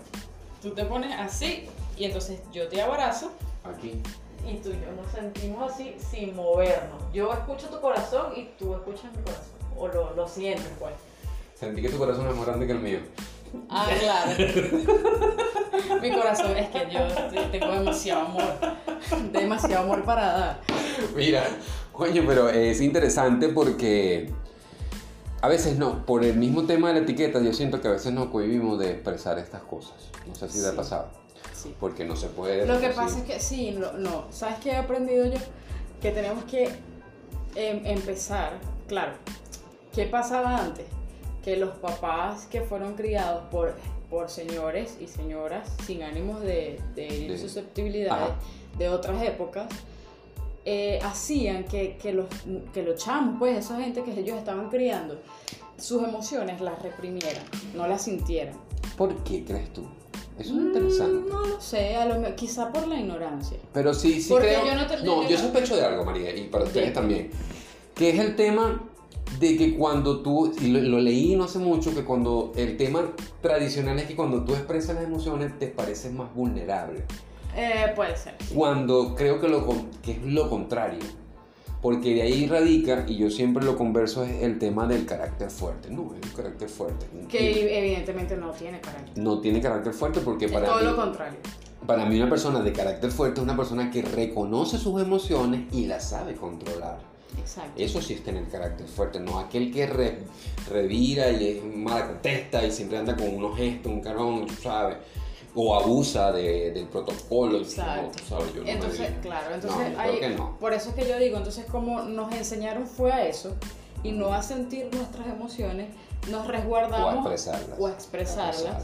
Speaker 2: tú te pones así y entonces yo te abrazo
Speaker 1: Aquí.
Speaker 2: y tú y yo nos sentimos así sin movernos. Yo escucho tu corazón y tú escuchas mi corazón. O lo, lo sientes, pues.
Speaker 1: Sentí que tu corazón es más grande que el mío.
Speaker 2: Ah, claro. mi corazón es que yo tengo demasiado amor. Demasiado amor para dar.
Speaker 1: Mira, coño, pero es interesante porque a veces no, por el mismo tema de la etiqueta, yo siento que a veces nos cohibimos de expresar estas cosas. No sé si te ha
Speaker 2: Sí.
Speaker 1: pasado.
Speaker 2: Sí.
Speaker 1: Porque no se puede.
Speaker 2: Lo que
Speaker 1: porque
Speaker 2: pasa
Speaker 1: sí.
Speaker 2: es que sí, lo- no, ¿sabes qué he aprendido yo? Que tenemos que em, empezar, claro, ¿qué pasaba antes? Que los papás que fueron criados por, por señores y señoras sin ánimos de, de herir
Speaker 1: De-
Speaker 2: susceptibilidades
Speaker 1: ajá.
Speaker 2: de otras épocas, eh, hacían que, que, los, que los chamos, pues esa gente que ellos estaban criando, sus emociones las reprimieran, no las sintieran.
Speaker 1: ¿Por qué crees tú? Eso es
Speaker 2: Mm,
Speaker 1: interesante.
Speaker 2: No lo sé, a lo me- quizá por la ignorancia.
Speaker 1: Pero sí, sí
Speaker 2: Porque
Speaker 1: creo.
Speaker 2: yo no te- yo-
Speaker 1: yo sospecho de algo, María, y para ustedes
Speaker 2: ¿De qué?
Speaker 1: también. Que es el tema de que cuando tú, y lo, lo leí no hace mucho, que cuando el tema tradicional es que cuando tú expresas las emociones te pareces más vulnerable.
Speaker 2: Eh, puede ser.
Speaker 1: Cuando creo que, lo, con- que es lo contrario. Porque de ahí radica, y yo siempre lo converso, es el tema del carácter fuerte. No, es un carácter fuerte.
Speaker 2: Que evidentemente no tiene carácter.
Speaker 1: No tiene carácter fuerte porque
Speaker 2: Es
Speaker 1: para
Speaker 2: todo
Speaker 1: mí-
Speaker 2: lo contrario.
Speaker 1: Para mí una persona de carácter fuerte es una persona que reconoce sus emociones y las sabe controlar.
Speaker 2: Exacto.
Speaker 1: Eso sí es tener carácter fuerte, no aquel que re- revira y es mala contesta y siempre anda con unos gestos, un carón, tú sabes, o abusa de- del protocolo. y
Speaker 2: Exacto.
Speaker 1: tú sabes, yo no me
Speaker 2: Entonces,
Speaker 1: dedico.
Speaker 2: claro, entonces
Speaker 1: yo
Speaker 2: hay-
Speaker 1: creo que no.
Speaker 2: por eso es que yo digo, entonces como nos enseñaron fue a eso y no a sentir nuestras emociones, nos
Speaker 1: O a
Speaker 2: resguardamos
Speaker 1: expresarlas.
Speaker 2: o a expresarlas.
Speaker 1: A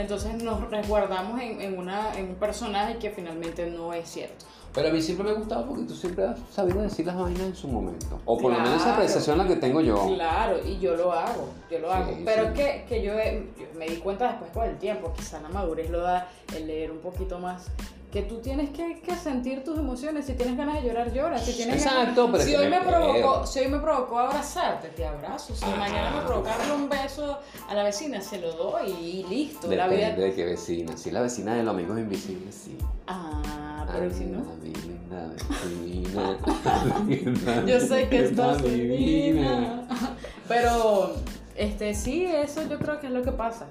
Speaker 2: Entonces nos resguardamos en, en una, en un personaje que finalmente no es cierto.
Speaker 1: Pero a mí siempre me ha gustado porque tú siempre has sabido decir las vainas en su momento. O por lo menos esa
Speaker 2: Claro.
Speaker 1: apreciación la que tengo yo.
Speaker 2: Claro, y yo lo hago, yo lo
Speaker 1: Sí,
Speaker 2: hago. Pero
Speaker 1: sí.
Speaker 2: es que, que yo, he- yo me di cuenta después con el tiempo, quizá la madurez lo da el leer un poquito más, que tú tienes que, que sentir tus emociones, si tienes ganas de llorar, llora, si tienes
Speaker 1: Exacto,
Speaker 2: ganas...
Speaker 1: pero
Speaker 2: si
Speaker 1: es que
Speaker 2: hoy,
Speaker 1: me
Speaker 2: me provocó,
Speaker 1: creo.
Speaker 2: si hoy me provocó abrazarte, te abrazo, si
Speaker 1: Ah.
Speaker 2: mañana me provocó darle un beso a la vecina, se lo doy y listo, la
Speaker 1: Depende
Speaker 2: vida...
Speaker 1: de qué vecina. Si la vecina de los amigos invisibles, sí.
Speaker 2: Ah, pero
Speaker 1: Ay,
Speaker 2: si no...
Speaker 1: mi linda vecina.
Speaker 2: Yo sé que
Speaker 1: Linda
Speaker 2: estás divina.
Speaker 1: vecina.
Speaker 2: Pero, este, sí, eso yo creo que es lo que pasa.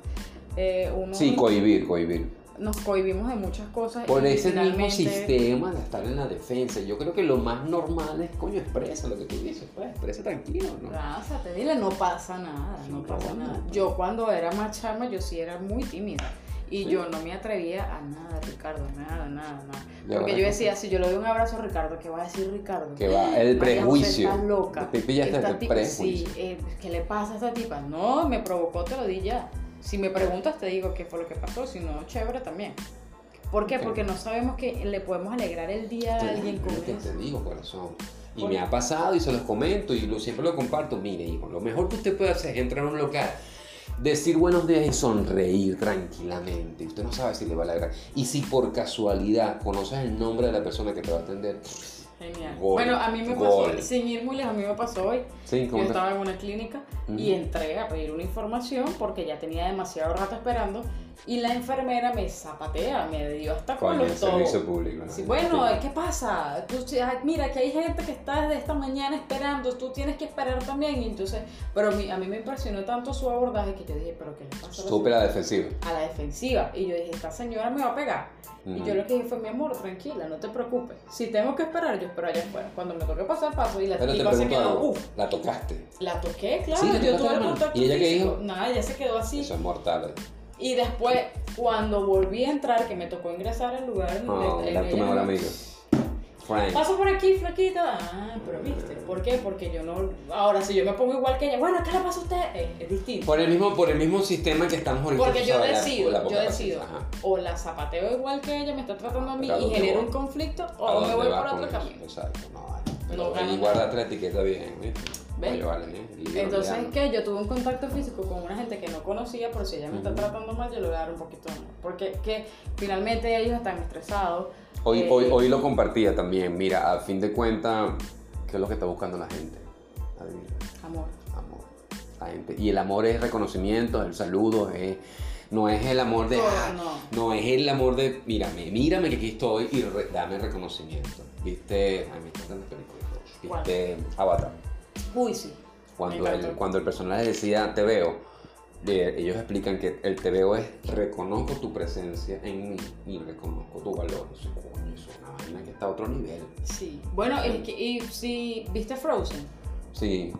Speaker 2: Eh, uno
Speaker 1: Sí, cohibir, cohibir.
Speaker 2: nos cohibimos de muchas cosas.
Speaker 1: Por
Speaker 2: y
Speaker 1: ese mismo
Speaker 2: finalmente-
Speaker 1: sistema de estar en la defensa. Yo creo que lo más normal es, coño, expresa lo que tú dices. Pues expresa tranquilo, ¿no?
Speaker 2: Lánzate, dile, no pasa nada,
Speaker 1: Sí,
Speaker 2: no pasa
Speaker 1: bueno.
Speaker 2: nada. Yo cuando era más chama, yo sí era muy tímida. Y yo no me atrevía a nada, Ricardo, nada, nada, nada.
Speaker 1: Ya
Speaker 2: Porque
Speaker 1: va.
Speaker 2: yo decía, si yo le doy un abrazo a Ricardo, ¿qué va a decir Ricardo?
Speaker 1: Que va,
Speaker 2: María José
Speaker 1: el prejuicio.
Speaker 2: está loca.
Speaker 1: Te pillaste
Speaker 2: Esta
Speaker 1: el
Speaker 2: ti-
Speaker 1: prejuicio.
Speaker 2: Sí, eh, ¿qué le pasa a esta tipa? No, me provocó, te lo di ya. Si me preguntas, te digo qué fue lo que pasó. Si no, chévere también. ¿Por qué?
Speaker 1: Ok.
Speaker 2: Porque no sabemos que le podemos alegrar el día a alguien con
Speaker 1: Lo que
Speaker 2: eso.
Speaker 1: te digo, corazón. Y
Speaker 2: Por-
Speaker 1: me ha pasado y se los comento y lo, siempre lo comparto. Mire, hijo, lo mejor que usted puede hacer es entrar a un local, decir buenos días y sonreír tranquilamente. Usted no sabe si le va a alegrar. Y si por casualidad conoces el nombre de la persona que te va a atender,
Speaker 2: Genial.
Speaker 1: Gol,
Speaker 2: bueno, a mí me
Speaker 1: gol.
Speaker 2: pasó, sin ir muy lejos, a mí me pasó hoy.
Speaker 1: sí,
Speaker 2: Yo
Speaker 1: ¿cómo te-
Speaker 2: estaba en una clínica y
Speaker 1: Ujú.
Speaker 2: entré a pedir una información porque ya tenía demasiado rato esperando y la enfermera me zapatea, me dio hasta con
Speaker 1: Coño, el
Speaker 2: los
Speaker 1: servicio público. ¿no?
Speaker 2: Sí, bueno, ¿qué pasa? Tú, si- ah, mira, que hay gente que está desde esta mañana esperando, tú tienes que esperar también. Y entonces, pero a mí, a mí me impresionó tanto su abordaje que yo dije, ¿pero qué le pasa? a la
Speaker 1: Súper a la defensiva.
Speaker 2: señora? A la defensiva. Y yo dije, esta señora me va a pegar. Y
Speaker 1: Ujú.
Speaker 2: yo lo que dije fue, mi amor, tranquila, no te preocupes. Si tengo que esperar, yo espero allá afuera. Cuando me toque pasar, paso. Y la
Speaker 1: Pero te
Speaker 2: tipa se
Speaker 1: pregunto
Speaker 2: quedó,
Speaker 1: algo,
Speaker 2: uff.
Speaker 1: la tocaste.
Speaker 2: La toqué, claro,
Speaker 1: Sí, la
Speaker 2: yo
Speaker 1: tocaste
Speaker 2: tuve
Speaker 1: la
Speaker 2: el
Speaker 1: mano.
Speaker 2: contacto
Speaker 1: ¿Y ella qué
Speaker 2: físico.
Speaker 1: dijo?
Speaker 2: Nada, ella se quedó así.
Speaker 1: Eso es mortal.
Speaker 2: Y después, cuando volví a entrar, que me tocó ingresar al lugar en
Speaker 1: Oh,
Speaker 2: en-
Speaker 1: la-
Speaker 2: en
Speaker 1: tu
Speaker 2: ella-
Speaker 1: mejor amigo. Frank.
Speaker 2: Paso por aquí, flaquita. Ah, pero viste, ¿por qué? Porque yo no. Ahora, si yo me pongo igual que ella, bueno, ¿qué le pasa a usted? Eh, Es, es distinto.
Speaker 1: Por el mismo, por el mismo sistema que estamos ahorita.
Speaker 2: Porque
Speaker 1: tú
Speaker 2: yo
Speaker 1: sabes, la-
Speaker 2: decido,
Speaker 1: la poca
Speaker 2: yo
Speaker 1: paciencia.
Speaker 2: decido,
Speaker 1: Ajá.
Speaker 2: o la zapateo igual que ella me está tratando a mí
Speaker 1: Pero ¿a
Speaker 2: y
Speaker 1: dónde
Speaker 2: genero
Speaker 1: voy?
Speaker 2: un conflicto,
Speaker 1: ¿A
Speaker 2: o me
Speaker 1: dónde
Speaker 2: voy
Speaker 1: va
Speaker 2: por
Speaker 1: con
Speaker 2: otro
Speaker 1: eso?
Speaker 2: camino.
Speaker 1: Exacto, no vale. Pero
Speaker 2: No gana
Speaker 1: y
Speaker 2: nada.
Speaker 1: guarda la etiqueta bien, ¿eh?
Speaker 2: ¿Ves?
Speaker 1: Oye, vale, ¿eh? Y yo
Speaker 2: Entonces,
Speaker 1: olvidando.
Speaker 2: que yo tuve un contacto físico con una gente que no conocía, pero si ella me está
Speaker 1: Ujú.
Speaker 2: tratando mal, yo le voy a dar un poquito de amor. Porque que finalmente ellos están estresados.
Speaker 1: Hoy,
Speaker 2: eh,
Speaker 1: hoy, hoy lo compartía también. Mira, a fin de cuentas, ¿qué es lo que está buscando la gente? Adivina.
Speaker 2: Amor.
Speaker 1: Amor. La gente. Y el amor es reconocimiento, el saludo, es, no es el amor de.
Speaker 2: No,
Speaker 1: "Ah",
Speaker 2: no.
Speaker 1: no, es el amor de, mírame, mírame que aquí estoy y re- dame reconocimiento. ¿Viste? Ay, me encantan las películas.
Speaker 2: ¿Cuál?
Speaker 1: ¿Viste? Avatar.
Speaker 2: Uy, sí.
Speaker 1: Cuando
Speaker 2: Me
Speaker 1: el,
Speaker 2: encantó.
Speaker 1: cuando el personaje decía te veo, eh, ellos explican que el te veo es reconozco tu presencia en mí y reconozco tu valor. Eso, coño, eso es una vaina que está a otro nivel.
Speaker 2: Sí. Bueno, es que, y si viste Frozen.
Speaker 1: Sí,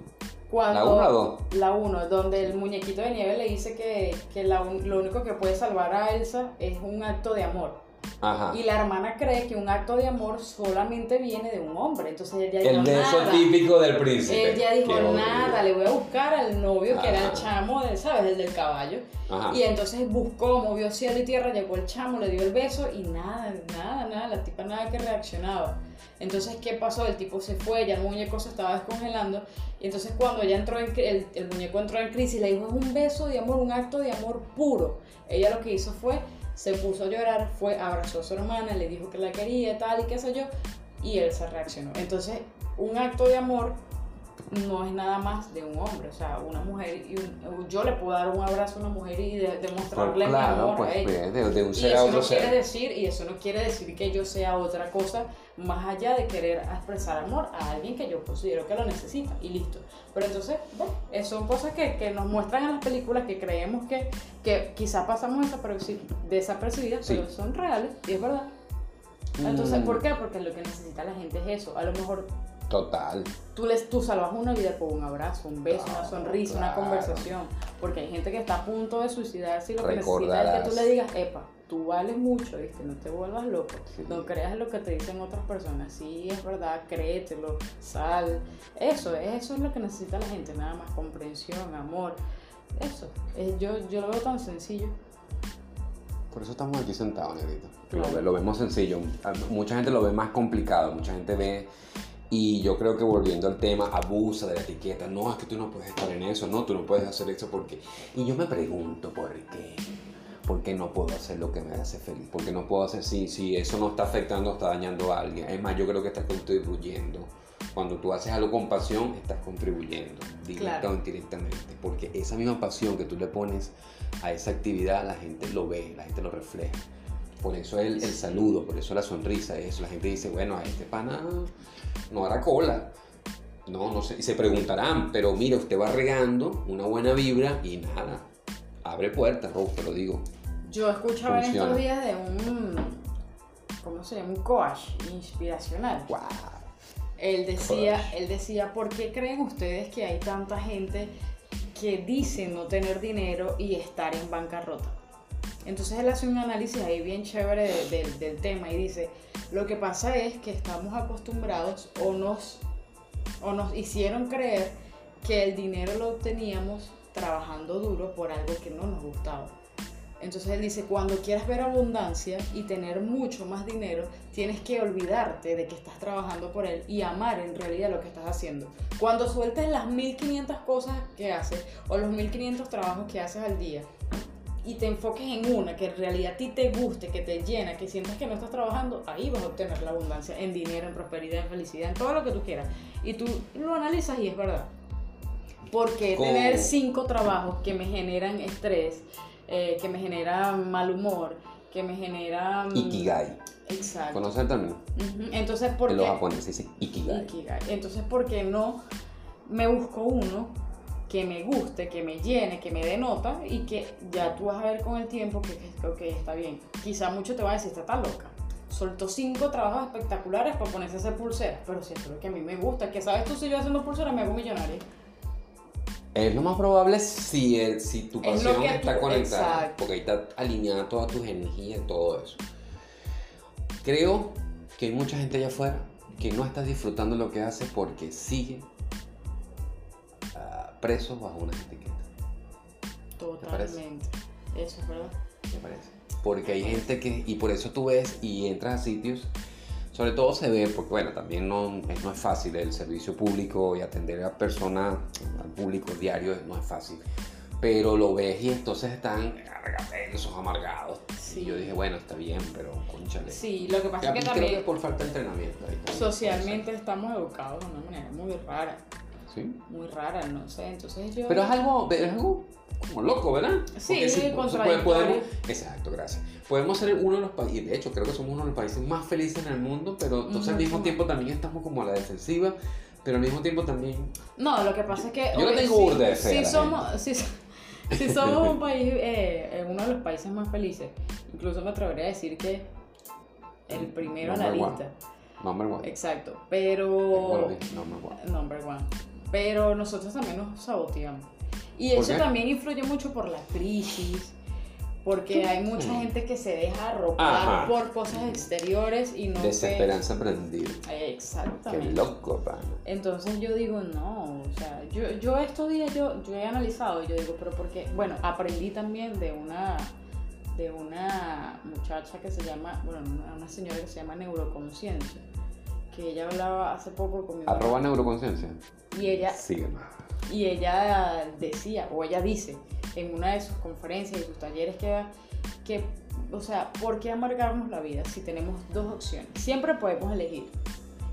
Speaker 2: Cuando,
Speaker 1: ¿La uno o la dos?
Speaker 2: La 1, donde el muñequito de nieve le dice que, que la un- lo único que puede salvar a Elsa es un acto de amor.
Speaker 1: ajá.
Speaker 2: Y la hermana cree que un acto de amor solamente viene de un hombre. Entonces ella dijo,
Speaker 1: El beso
Speaker 2: nada.
Speaker 1: típico del príncipe.
Speaker 2: Ella dijo,
Speaker 1: Qué horrible.
Speaker 2: nada, le voy a buscar al novio que era el
Speaker 1: Ajá.
Speaker 2: chamo, de, ¿sabes? El del caballo.
Speaker 1: Ajá.
Speaker 2: Y entonces buscó, movió cielo y tierra, llegó el chamo, le dio el beso y nada, nada, nada, la tipa nada que reaccionaba. Entonces, ¿qué pasó? El tipo se fue, ya el muñeco se estaba descongelando. Y entonces cuando ella entró en cri- el, el muñeco entró en crisis, le dijo, es un beso de amor, un acto de amor puro. Ella lo que hizo fue, se puso a llorar, fue, abrazó a su hermana, le dijo que la quería, tal y qué sé yo, y él se reaccionó. Entonces, un acto de amor no es nada más de un hombre, o sea, una mujer, y un- yo le puedo dar un abrazo a una mujer y de-
Speaker 1: Pues
Speaker 2: demostrarle mi
Speaker 1: claro,
Speaker 2: amor
Speaker 1: pues
Speaker 2: a ella.
Speaker 1: de, de un
Speaker 2: Y
Speaker 1: ser a
Speaker 2: eso
Speaker 1: otro
Speaker 2: no quiere
Speaker 1: ser.
Speaker 2: decir, y eso no quiere decir que yo sea otra cosa más allá de querer expresar amor a alguien que yo considero que lo necesita y listo. Pero entonces, bueno, eh, son cosas que, que nos muestran en las películas que creemos que, que quizá pasamos desaperci- desapercibidas,
Speaker 1: Sí.
Speaker 2: pero son reales y es verdad. Entonces,
Speaker 1: Mm,
Speaker 2: ¿por qué? Porque lo que necesita la gente es eso. A lo mejor
Speaker 1: Total.
Speaker 2: Tú, les, tú salvas una vida con un abrazo, un beso, una
Speaker 1: Claro,
Speaker 2: sonrisa, una
Speaker 1: claro.
Speaker 2: conversación. Porque hay gente que está a punto de suicidarse y lo que necesita es
Speaker 1: Recordarás.
Speaker 2: que tú le digas, epa, tú vales mucho, ¿viste? No te vuelvas loco.
Speaker 1: Sí.
Speaker 2: No creas lo que te dicen otras personas. Sí, es verdad, créetelo, sal. Eso, eso es lo que necesita la gente, nada más comprensión, amor. Eso, Eh, yo, yo lo veo tan sencillo.
Speaker 1: Por eso estamos aquí sentados, negrito. Que Lo,
Speaker 2: Claro.
Speaker 1: ve- lo vemos sencillo. A- Mucha gente lo ve más complicado. Mucha gente ve. Y yo creo que volviendo al tema, abusa de la etiqueta. No, es que tú no puedes estar en eso. No, tú no puedes hacer eso porque. Y yo me pregunto por qué. ¿Por qué no puedo hacer lo que me hace feliz? ¿Por qué no puedo hacer si, si eso no está afectando, está dañando a alguien? Es más, yo creo que estás contribuyendo. Cuando tú haces algo con pasión, estás contribuyendo, directa
Speaker 2: Claro.
Speaker 1: o indirectamente. Porque esa misma pasión que tú le pones a esa actividad, la gente lo ve, la gente lo refleja. Por eso el, el saludo, por eso la sonrisa, eso. La gente dice, bueno, a este pana no hará cola. No, no sé. Y se preguntarán, pero mira, usted va regando una buena vibra y nada. Abre puertas, Rob, te lo digo.
Speaker 2: Yo escuchaba en
Speaker 1: Funciona.
Speaker 2: estos días de un. ¿Cómo se llama? Un coach inspiracional.
Speaker 1: ¡Wow!
Speaker 2: Él decía,
Speaker 1: Coach.
Speaker 2: él decía, ¿por qué creen ustedes que hay tanta gente que dice no tener dinero y estar en bancarrota? Entonces él hace un análisis ahí bien chévere de- de- del tema y dice, lo que pasa es que estamos acostumbrados o nos, o nos hicieron creer que el dinero lo obteníamos trabajando duro por algo que no nos gustaba. Entonces él dice, cuando quieras ver abundancia y tener mucho más dinero, tienes que olvidarte de que estás trabajando por él y amar en realidad lo que estás haciendo. Cuando sueltes las 1500 cosas que haces o los 1500 trabajos que haces al día y te enfoques en una que en realidad a ti te guste, que te llena, que sientas que no estás trabajando, ahí vas a obtener la abundancia en dinero, en prosperidad, en felicidad, en todo lo que tú quieras. Y tú lo analizas y es verdad. Porque
Speaker 1: Con-
Speaker 2: tener cinco trabajos que me generan estrés, eh, que me generan mal humor, que me generan...
Speaker 1: Ikigai.
Speaker 2: Mm, Exacto.
Speaker 1: ¿Conoces el término?
Speaker 2: Ujú, Entonces, ¿por
Speaker 1: En los
Speaker 2: qué?
Speaker 1: japoneses dicen Ikigai.
Speaker 2: Ikigai. Entonces, ¿por qué no me busco uno que me guste, que me llene, que me dé nota y que ya tú vas a ver con el tiempo que, que ok, está bien? Quizá mucho te va a decir, está tan loca. Soltó cinco trabajos espectaculares por ponerse a hacer pulseras, pero si esto es lo que a mí me gusta, que sabes tú si yo haciendo pulseras me hago millonaria.
Speaker 1: Es lo más probable si, el- si tu
Speaker 2: Es
Speaker 1: pasión
Speaker 2: lo que
Speaker 1: está
Speaker 2: tú-
Speaker 1: conectada,
Speaker 2: exacto.
Speaker 1: porque ahí está alineada todas tus energías, todo eso. Creo que hay mucha gente allá afuera que no está disfrutando lo que hace porque sigue ah, preso bajo una etiqueta, parece?
Speaker 2: Totalmente. Eso es verdad.
Speaker 1: me parece. Porque hay gente que, y por eso tú ves y entras a sitios, sobre todo se ve, porque bueno, también no es, no es fácil el servicio público y atender a personas, al público diario, no es fácil. Pero lo ves y entonces están esos amargados.
Speaker 2: Sí.
Speaker 1: Y yo dije, bueno, está bien, pero conchale.
Speaker 2: Sí, lo que pasa es que
Speaker 1: creo que
Speaker 2: también
Speaker 1: por falta de entrenamiento. ahí también.
Speaker 2: socialmente estamos educados de una manera muy rara,
Speaker 1: Sí.
Speaker 2: muy rara, no sé. Entonces yo.
Speaker 1: Pero es algo, es algo como loco, ¿verdad?
Speaker 2: Sí,
Speaker 1: Porque
Speaker 2: sí,
Speaker 1: entonces
Speaker 2: contradictorio.
Speaker 1: podemos- exacto, gracias. Podemos ser uno de los países, de hecho creo que somos uno de los países más felices en el mundo, pero entonces al mismo
Speaker 2: Ujú.
Speaker 1: tiempo también estamos como a la defensiva, pero al mismo tiempo también...
Speaker 2: No, lo que pasa es que.
Speaker 1: Yo no
Speaker 2: oye,
Speaker 1: tengo
Speaker 2: sí-
Speaker 1: burda de fe a
Speaker 2: sí
Speaker 1: la
Speaker 2: somos, sí, so- sí somos un país, eh, eh, uno de los países más felices. Incluso me atrevería a decir que el primero en la
Speaker 1: Number one.
Speaker 2: lista.
Speaker 1: Number
Speaker 2: Eh,
Speaker 1: one.
Speaker 2: Exacto. Pero.
Speaker 1: Number one.
Speaker 2: Number one. Pero nosotros también nos saboteamos. Y
Speaker 1: ¿Por
Speaker 2: eso
Speaker 1: qué?
Speaker 2: también influye mucho por la crisis. Porque hay mucha gente que se deja arropar
Speaker 1: Mm. Ajá. Mm.
Speaker 2: por cosas exteriores y no se-
Speaker 1: Desesperanza prendida. Qué
Speaker 2: Exactamente.
Speaker 1: loco, pana.
Speaker 2: Entonces yo digo, no, o sea, yo, yo estos días yo, yo he analizado, yo digo, pero porque, bueno, aprendí también de una, de una muchacha que se llama, bueno, una, una señora que se llama Neuroconciencia, que ella hablaba hace poco conmigo
Speaker 1: Arroba neuroconciencia.
Speaker 2: y ella,
Speaker 1: Sígueme.
Speaker 2: y ella decía, o ella dice, en una de sus conferencias y sus talleres que da, que, o sea, ¿por qué amargarnos la vida si tenemos dos opciones? Siempre podemos elegir.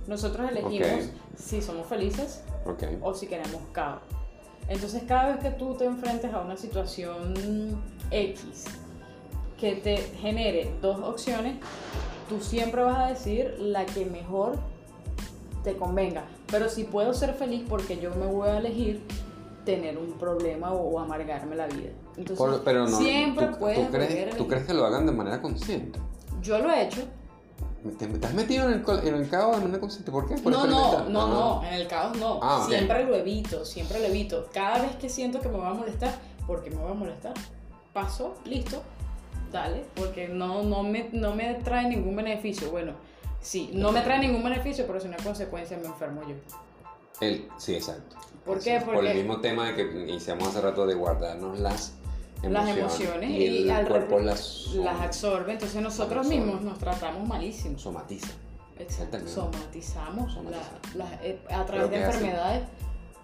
Speaker 2: Nosotros elegimos si somos felices
Speaker 1: Ok.
Speaker 2: o si queremos caos. Entonces cada vez que tú te enfrentes a una situación X que te genere dos opciones, tú siempre vas a decir la que mejor te convenga. Pero si puedo ser feliz porque yo me voy a elegir tener un problema o, o amargarme la vida. Entonces
Speaker 1: Por- pero no,
Speaker 2: siempre
Speaker 1: ¿tú- tú
Speaker 2: puedes volver
Speaker 1: crees,
Speaker 2: a
Speaker 1: ¿Tú
Speaker 2: elegir.
Speaker 1: crees que lo hagan de manera consciente?
Speaker 2: Yo lo he hecho.
Speaker 1: ¿Te, te has metido en el, col- en el caos de manera consciente? ¿Por qué? Por
Speaker 2: No, no,
Speaker 1: experimentar.
Speaker 2: no,
Speaker 1: Ah.
Speaker 2: no, en el caos no.
Speaker 1: Ah, ok.
Speaker 2: Siempre lo evito, siempre lo evito. Cada vez que siento que me va a molestar, porque me va a molestar, paso, listo, dale, porque no, no, me, no me trae ningún beneficio. Bueno, sí, no me trae ningún beneficio, pero si una consecuencia me enfermo yo.
Speaker 1: El, sí, exacto.
Speaker 2: ¿Por
Speaker 1: Eso,
Speaker 2: qué?
Speaker 1: Por el
Speaker 2: Porque-
Speaker 1: mismo tema de que iniciamos hace rato de guardarnos las
Speaker 2: las emociones y,
Speaker 1: el
Speaker 2: al
Speaker 1: cuerpo
Speaker 2: rep-
Speaker 1: las,
Speaker 2: las absorbe. Entonces nosotros
Speaker 1: absorbe.
Speaker 2: mismos nos tratamos malísimo.
Speaker 1: somatiza.
Speaker 2: Exacto.
Speaker 1: Exactamente.
Speaker 2: Somatizamos la-
Speaker 1: Somatizamos.
Speaker 2: las- eh, a través de
Speaker 1: que así.
Speaker 2: enfermedades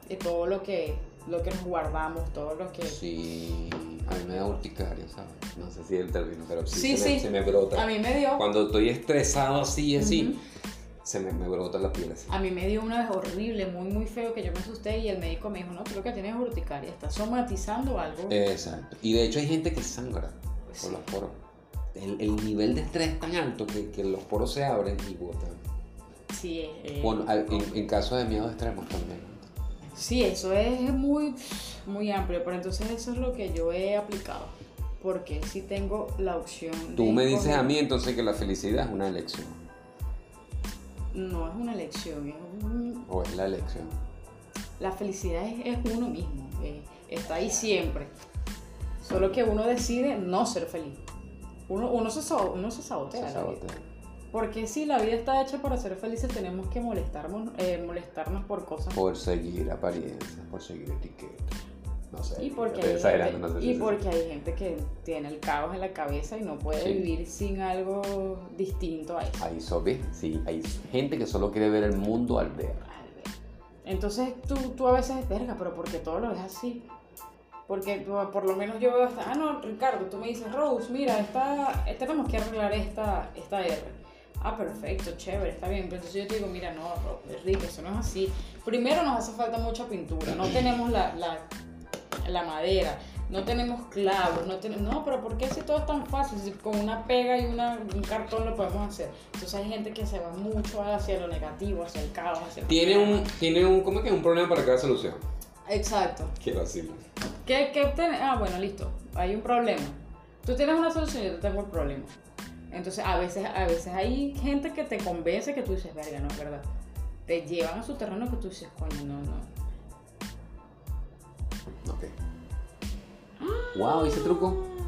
Speaker 2: eh, todo lo que lo que nos guardamos, todo lo que
Speaker 1: Sí, a mí me da urticaria, ¿sabes? No sé si es el término, pero sí,
Speaker 2: Sí,
Speaker 1: se, Me,
Speaker 2: sí.
Speaker 1: se me brota.
Speaker 2: a mí me dio
Speaker 1: Cuando estoy estresado así, así,
Speaker 2: Ujú.
Speaker 1: se me, me brota la piel así.
Speaker 2: a mí me dio una vez horrible, muy muy feo que yo me asusté y el médico me dijo, "No, creo que tienes urticaria, estás somatizando algo."
Speaker 1: Eh,
Speaker 2: Pues,
Speaker 1: Exacto. Y de hecho hay gente que sangra
Speaker 2: Sí.
Speaker 1: por los poros. El, el nivel de estrés es tan alto que, que los poros se abren y botan.
Speaker 2: Sí, eh,
Speaker 1: Bueno, al- en, en caso de miedos extremos también.
Speaker 2: Sí, eso es muy, muy amplio, pero entonces eso es lo que yo he aplicado. Porque sí tengo la opción.
Speaker 1: Tú
Speaker 2: de
Speaker 1: me dices
Speaker 2: escoger.
Speaker 1: a mí entonces que la felicidad es una elección.
Speaker 2: No es una elección, es un-
Speaker 1: O es la elección.
Speaker 2: la felicidad es, es uno mismo, eh, está ahí siempre. Solo que uno decide no ser feliz. Uno, uno, se, so- uno se sabotea.
Speaker 1: Se
Speaker 2: la vida.
Speaker 1: sabotea.
Speaker 2: Porque si la vida está hecha para ser felices, tenemos que molestarnos, eh, molestarnos por cosas
Speaker 1: Por seguir apariencias, por seguir etiquetas. No sé.
Speaker 2: Y porque,
Speaker 1: estoy
Speaker 2: hay
Speaker 1: exagerando,
Speaker 2: gente,
Speaker 1: no sé
Speaker 2: y
Speaker 1: si-
Speaker 2: porque hay gente que tiene el caos en la cabeza y no puede
Speaker 1: Sí.
Speaker 2: vivir sin algo distinto a eso.
Speaker 1: Hay zombies, sí. Hay gente que solo quiere ver el mundo aldear.
Speaker 2: Entonces tú, tú a veces, verga, pero porque todo lo ves así. Porque tú- por lo menos yo veo hasta, ah, no, Ricardo, tú me dices, Rose, mira, esta, eh, tenemos que arreglar esta, esta R. Ah, perfecto, chévere, está bien. Pero entonces yo te digo, mira, no, Ro- Rick, eso no es así. Primero nos hace falta mucha pintura, no tenemos la, la la madera, no tenemos clavos, no tenemos... No, pero ¿por qué si todo es tan fácil? Si con una pega y una, un cartón lo podemos hacer. Entonces hay gente que se va mucho hacia lo negativo, hacia el caos, hacia... el-
Speaker 1: Tiene un, tiene un, ¿cómo es que es un problema para cada solución?
Speaker 2: Exacto.
Speaker 1: Quiero decirlo.
Speaker 2: ¿Qué, qué ten- Ah, bueno, listo. Hay un problema. Tú tienes una solución y yo tengo el problema. Entonces, a veces, a veces hay gente que te convence que tú dices, verga, no es verdad. Te llevan a su terreno que tú dices, coño, no, no. ¡Ah!
Speaker 1: Ok. Wow, ese truco.